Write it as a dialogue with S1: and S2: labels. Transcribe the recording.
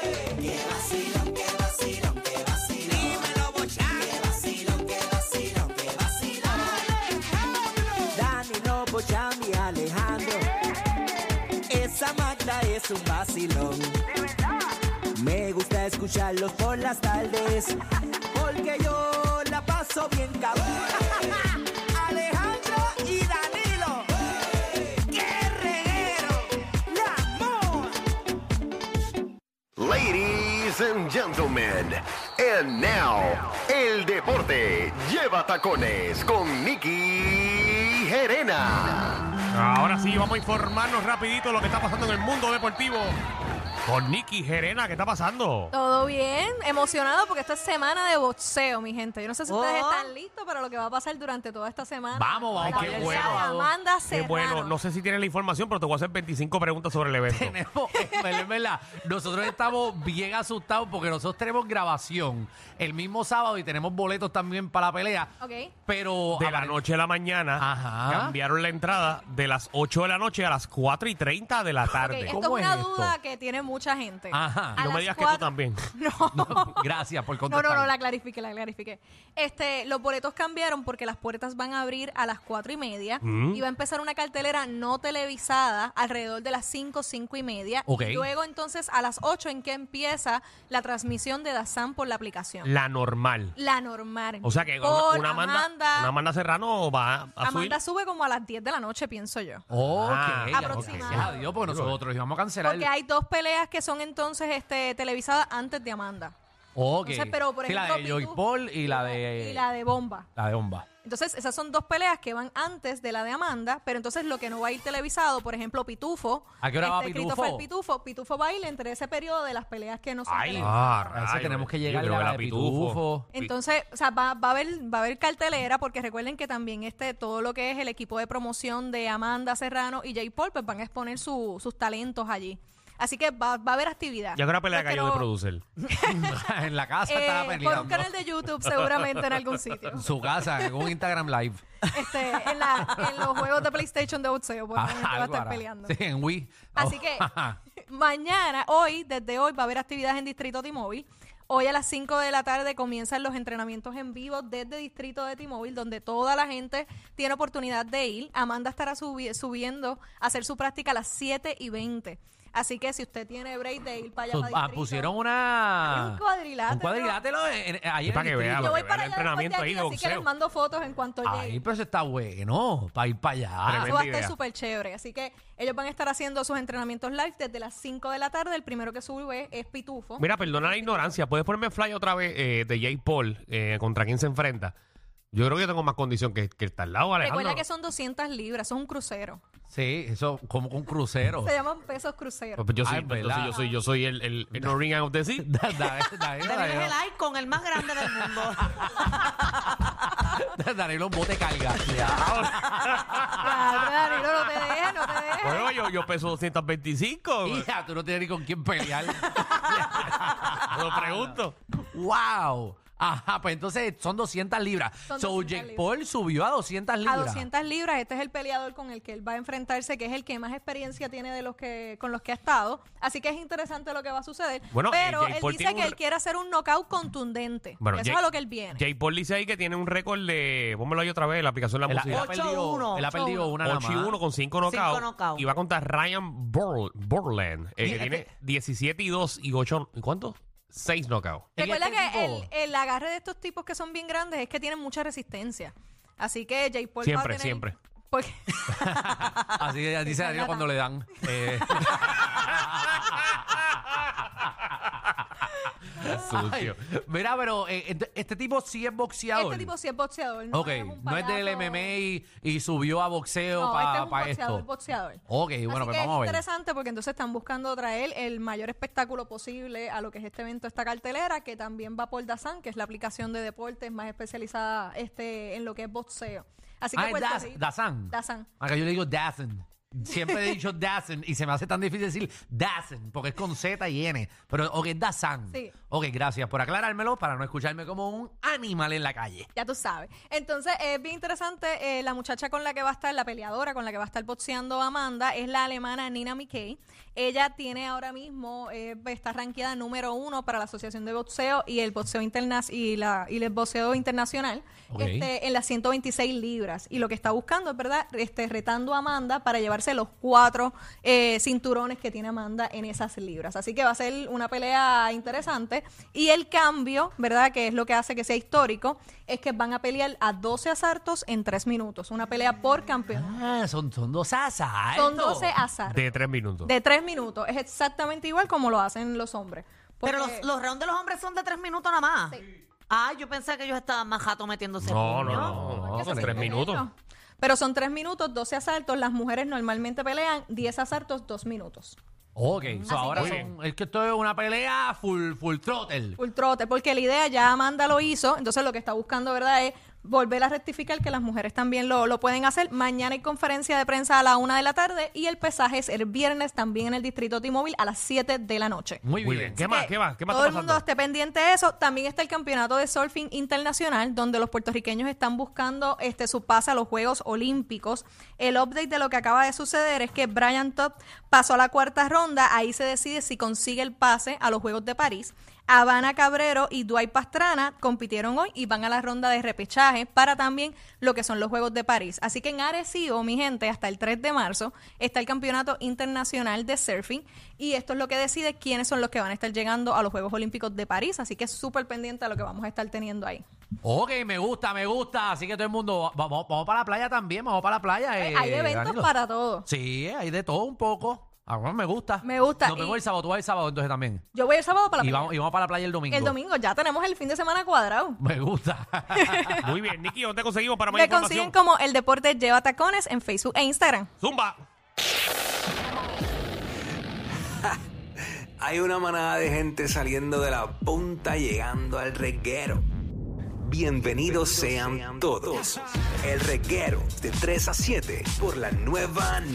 S1: Qué vacilón, qué vacilón, qué vacilón. Dímelo, bochá. Qué vacilón, qué vacilón, qué vacilón. Danilo, bochá, mi Alejandro. Esa Magda es un vacilón. Me gusta escucharlos por las tardes. Porque yo la paso bien cabrón. Alejandro y Danilo. ¡Qué reguero! ¡La moa!
S2: Ladies and gentlemen, and now, el deporte lleva tacones con Nicky Gerena.
S3: Ahora sí, vamos a informarnos rapidito de lo que está pasando en el mundo deportivo. Con Nicky Gerena, ¿qué está pasando?
S4: Todo bien, emocionado porque esta es semana de boxeo, mi gente. Yo no sé si ustedes
S5: Oh.
S4: están listos para lo que va a pasar durante toda esta semana.
S3: Vamos, vamos,
S4: La
S3: qué
S4: bolsa
S3: bueno.
S4: de Amanda
S3: Qué
S4: Serrano.
S3: bueno, no sé si tienes la información, pero te voy a hacer 25 preguntas sobre el evento.
S6: tenemos, en verdad, en verdad, nosotros estamos bien asustados porque nosotros tenemos grabación el mismo sábado y tenemos boletos también para la pelea.
S4: Ok.
S6: Pero
S3: De la
S6: aparent-
S3: noche a la mañana
S6: Ajá.
S3: cambiaron la entrada de las 8 de la noche a las 4 y 30 de la
S4: Ok,
S3: tarde.
S4: esto es
S6: ¿Cómo
S4: una
S6: es esto?
S4: duda que tiene mucha gente.
S6: Ajá.
S4: A
S3: No
S4: las
S3: me digas que tú
S4: cuatro-
S3: también.
S4: No.
S6: No, gracias por
S4: No,
S6: contestar.
S4: no, no, la clarifiqué, la clarifiqué. Este, los boletos cambiaron porque las puertas van a abrir a las cuatro y media
S3: Mm.
S4: y va a empezar una cartelera no televisada alrededor de las cinco, cinco y media.
S6: Ok.
S4: Y luego entonces a las ocho en que empieza la transmisión de Dazan por la aplicación.
S3: La normal.
S4: La normal.
S3: O sea que
S4: Por
S3: una Amanda,
S4: Amanda,
S3: una Amanda Serrano va a, a subir.
S4: Amanda sube como a las 10 de la noche, pienso yo.
S6: Ok,
S3: Ah,
S6: ya,
S4: aproximado.
S6: gracias a Dios, porque nosotros íbamos a cancelar.
S4: Porque hay dos peleas que son entonces este, televisadas antes de Amanda.
S6: Ok.
S4: Entonces, pero por
S6: Sí,
S4: ejemplo,
S6: la de Joy
S4: Pitbull-
S6: Paul y la de.
S4: Y la de Bomba.
S6: la de Bomba.
S4: Entonces, esas son dos peleas que van antes de la de Amanda, pero entonces lo que no va a ir televisado, por ejemplo, Pitufo. este,
S6: ¿A qué hora va
S4: Christopher
S6: Pitufo?
S4: Pitufo, Pitufo va a ir entre ese periodo de las peleas que no son televisadas.
S3: ah,
S6: A esa
S3: rayos,
S6: tenemos que
S3: yo
S6: llegar
S3: creo
S6: a
S3: que
S6: la de Pitufo.
S4: Entonces, o sea, va, va a haber, va a haber cartelera, porque recuerden que también este, todo lo que es el equipo de promoción de Amanda Serrano y Jay Paul, pues van a exponer su- sus talentos allí. Así que va, va a haber actividad.
S3: Ya que una pelea
S4: Yo
S3: cayó de
S4: espero,
S3: producer.
S6: en la casa
S4: eh,
S6: estaba
S4: por un
S6: peleando.
S4: canal de YouTube, seguramente en algún sitio.
S6: En su casa, en un Instagram Live.
S4: Este, en, la- en los juegos de PlayStation de boxeo,
S3: Ah,
S4: porque
S6: Ajá,
S4: va a
S6: algo
S4: estar
S6: hará.
S4: peleando.
S6: Ah, Sí, en Wii.
S3: Oh.
S6: Oh.
S4: Así que mañana, hoy, desde hoy, va a haber actividades en Distrito T-Mobile. Hoy a las 5 de la tarde comienzan los entrenamientos en vivo desde Distrito de T-Mobile, donde toda la gente tiene oportunidad de ir. Amanda estará subi- subiendo a hacer su práctica a las 7 y 20. Así que si usted tiene break de ir para allá,
S6: So-
S4: para
S6: ah,
S4: Distrito,
S6: pusieron una.
S4: Un cuadrilátero.
S6: Un cuadrilátero en- en- ahí
S3: Y
S6: en
S3: para
S6: el
S3: que vea,
S6: distrito.
S4: yo voy
S3: que vea
S4: para
S3: el
S4: allá después de
S3: entrenamiento ahí
S4: aquí,
S3: de
S4: así que les
S3: boxeo.
S4: mando fotos en cuanto
S6: Ay,
S4: llegue.
S6: pero eso está bueno. Para ir para allá.
S4: Eso va a
S3: Tremenda
S4: estar
S3: idea.
S4: súper chévere. Así que ellos van a estar haciendo sus entrenamientos live desde las 5 de la tarde. El primero que sube es Pitufo.
S3: Mira, perdona la ignorancia. ¿Puedes ponerme fly otra vez eh, de Jay Paul eh, contra quién se enfrenta? Yo creo que yo tengo más condición que, que el lado, Alejandro.
S4: Recuerda que son 200 libras, son un crucero.
S6: Sí, eso como un
S3: Oh.
S6: crucero.
S4: Se llaman pesos cruceros.
S3: Pues yo soy,
S6: Ah, es
S3: entonces
S6: verdad.
S3: yo soy, yo soy el, el, el no ring out of the sea.
S6: Da- da-
S3: Pues
S6: Danilo
S5: Danilo es
S6: Danilo-
S5: el icon, el más grande del mundo.
S6: Danilo un bote carga.
S4: Ya, Danilo, no te dejes, no te dejes.
S3: Bueno, yo, yo peso pues, 225.
S6: Hija, tú no tienes ni con quién pelear.
S3: lo pregunto.
S6: ¡Wow! Ajá, pues entonces son 200 libras.
S4: Son
S6: so,
S4: 200
S6: Jake
S4: libras.
S6: Paul subió a 200 libras.
S4: A 200 libras, este es el peleador con el que él va a enfrentarse, que es el que más experiencia tiene de los que con los que ha estado. Así que es interesante lo que va a suceder.
S3: Bueno, eh,
S4: Pero
S3: Jake
S4: él
S3: Paul
S4: dice
S3: tiene
S4: que
S3: un-
S4: él quiere hacer un knockout contundente. Eso es a lo que él viene.
S3: Jay Paul dice ahí que tiene un récord de. Pónmelo ahí otra vez, la aplicación de la
S6: Él, ha- él
S3: música.
S6: ha perdido,
S5: 8-1.
S6: él ha perdido una nada
S3: 8 y
S6: más.
S3: 1 con 5
S5: Cinco
S3: knockouts.
S5: knockout.
S3: Y va contra Ryan Bor- Borland, eh, que
S6: Mira,
S3: tiene
S6: este-
S3: 17 y 2 y 8. ¿Y cuánto? 6 knockouts.
S4: Recuerda
S6: Ella
S4: que
S6: tiene
S4: el, el agarre de estos tipos que son bien grandes es que tienen mucha resistencia. Así que Jay Paul va a
S3: Siempre,
S4: tener-
S3: siempre.
S4: Porque-
S6: Así dice Danilo cuando le dan. Eh.
S3: Sucio.
S6: Ay, mira, pero eh, ent- este tipo sí es boxeador.
S4: este tipo sí es boxeador. No
S6: ok,
S4: es un
S6: no es del
S4: payaso.
S6: MMA y, y subió a boxeo
S4: No, este es
S6: para
S4: un boxeador,
S6: esto.
S4: boxeador.
S6: Ok, bueno,
S4: Así
S6: pues
S4: que
S6: vamos a
S4: es
S6: ver.
S4: interesante porque entonces están buscando traer el mayor espectáculo posible a lo que es este evento, esta cartelera, que también va por Dazan, que es la aplicación de deportes más especializada este en lo que es boxeo. Así que
S6: Ah, es
S4: Puerto
S6: Daz-
S4: Rico-
S6: Dazan.
S4: Dazan.
S6: Acá yo le digo Dazan. Siempre he dicho Dazen y se me hace tan difícil decir Dazen porque es con Z y N. Pero, ok, Dazan.
S4: Sí.
S6: Ok, gracias por aclarármelo para no escucharme como un animal en la calle.
S4: Ya tú sabes. Entonces, es bien interesante. eh, la muchacha con la que va a estar, la peleadora con la que va a estar boxeando Amanda, es la alemana Nina Mikkei. Ella tiene ahora mismo, eh, está rankeada número uno para la Asociación de Boxeo y el Boxeo Interna y, la, y el Boxeo Internacional
S6: Ok.
S4: este, en las 126 libras. Y lo que está buscando es, ¿verdad?, este, retando a Amanda para llevarse los cuatro eh, cinturones que tiene Amanda en esas libras. Así que va a ser una pelea interesante. Y el cambio, ¿verdad?, que es lo que hace que sea histórico, es que van a pelear a 12 asaltos en 3 minutos. Una pelea por campeón.
S6: Ah, son, son dos asas.
S4: Son 12 asaltos
S3: Ah, De tres minutos.
S4: de 3 minutos. Es exactamente igual como lo hacen los hombres.
S5: Pero
S4: Porque-
S5: los, los rounds de los hombres son de tres minutos nada más. Ah, yo pensé que ellos estaban más jato metiéndose.
S3: No, no,
S5: puños.
S3: no.
S4: Porque
S3: son
S4: se
S3: tres
S4: supone
S3: minutos.
S4: que no. Pero son 3 minutos, 12 asaltos. Las mujeres normalmente pelean 10 asaltos, 2 minutos.
S6: Ok, so ahora
S3: que-
S6: son- es que esto es una pelea full, full throttle.
S4: Full trote, porque la idea ya Amanda lo hizo, entonces lo que está buscando, ¿verdad?, es volver a rectificar que las mujeres también lo, lo pueden hacer. Mañana hay conferencia de prensa a la una de la tarde y el pesaje es el viernes también en el distrito T-Mobile a las 7 de la noche.
S6: Muy,
S3: Muy bien.
S6: bien.
S3: ¿Qué más?
S4: Eh,
S3: ¿Qué más? ¿Qué más
S4: Todo el
S3: está
S4: mundo
S3: pasando?
S4: esté pendiente de eso. También está el campeonato de surfing internacional, donde los puertorriqueños están buscando este su pase a los Juegos Olímpicos. El update de lo que acaba de suceder es que Brian Todd pasó a la cuarta ronda. Ahí se decide si consigue el pase a los Juegos de París. Habana Cabrero y Dwight Pastrana compitieron hoy y van a la ronda de repechaje para también lo que son los Juegos de París. Así que en Arecibo, mi gente, hasta el 3 de marzo está el Campeonato Internacional de Surfing y esto es lo que decide quiénes son los que van a estar llegando a los Juegos Olímpicos de París. Así que súper pendiente a lo que vamos a estar teniendo ahí.
S6: Ok, me gusta, me gusta. Así que todo el mundo, va- vamos, vamos para la playa también, vamos para la playa. eh,
S4: Hay eventos
S6: Danilo.
S4: para todo.
S6: Sí, hay de todo un poco. Ah, bueno, me gusta.
S4: Me gusta,
S6: Nos vemos
S4: y-
S6: el sábado, tú vas el sábado entonces también.
S4: Yo voy el sábado para la
S6: Y
S4: playa.
S6: vamos, y vamos para la playa el domingo.
S4: El domingo ya tenemos el fin de semana cuadrado.
S6: Me gusta.
S3: Muy bien, Nicky, ¿dónde conseguimos para más
S4: Me
S3: información?
S4: consiguen como El Deporte Lleva Tacones en Facebook e Instagram.
S3: Zumba.
S7: Hay una manada de gente saliendo de la punta llegando al reguero. Bienvenidos sean todos. El reguero de 3 a 7 por la nueva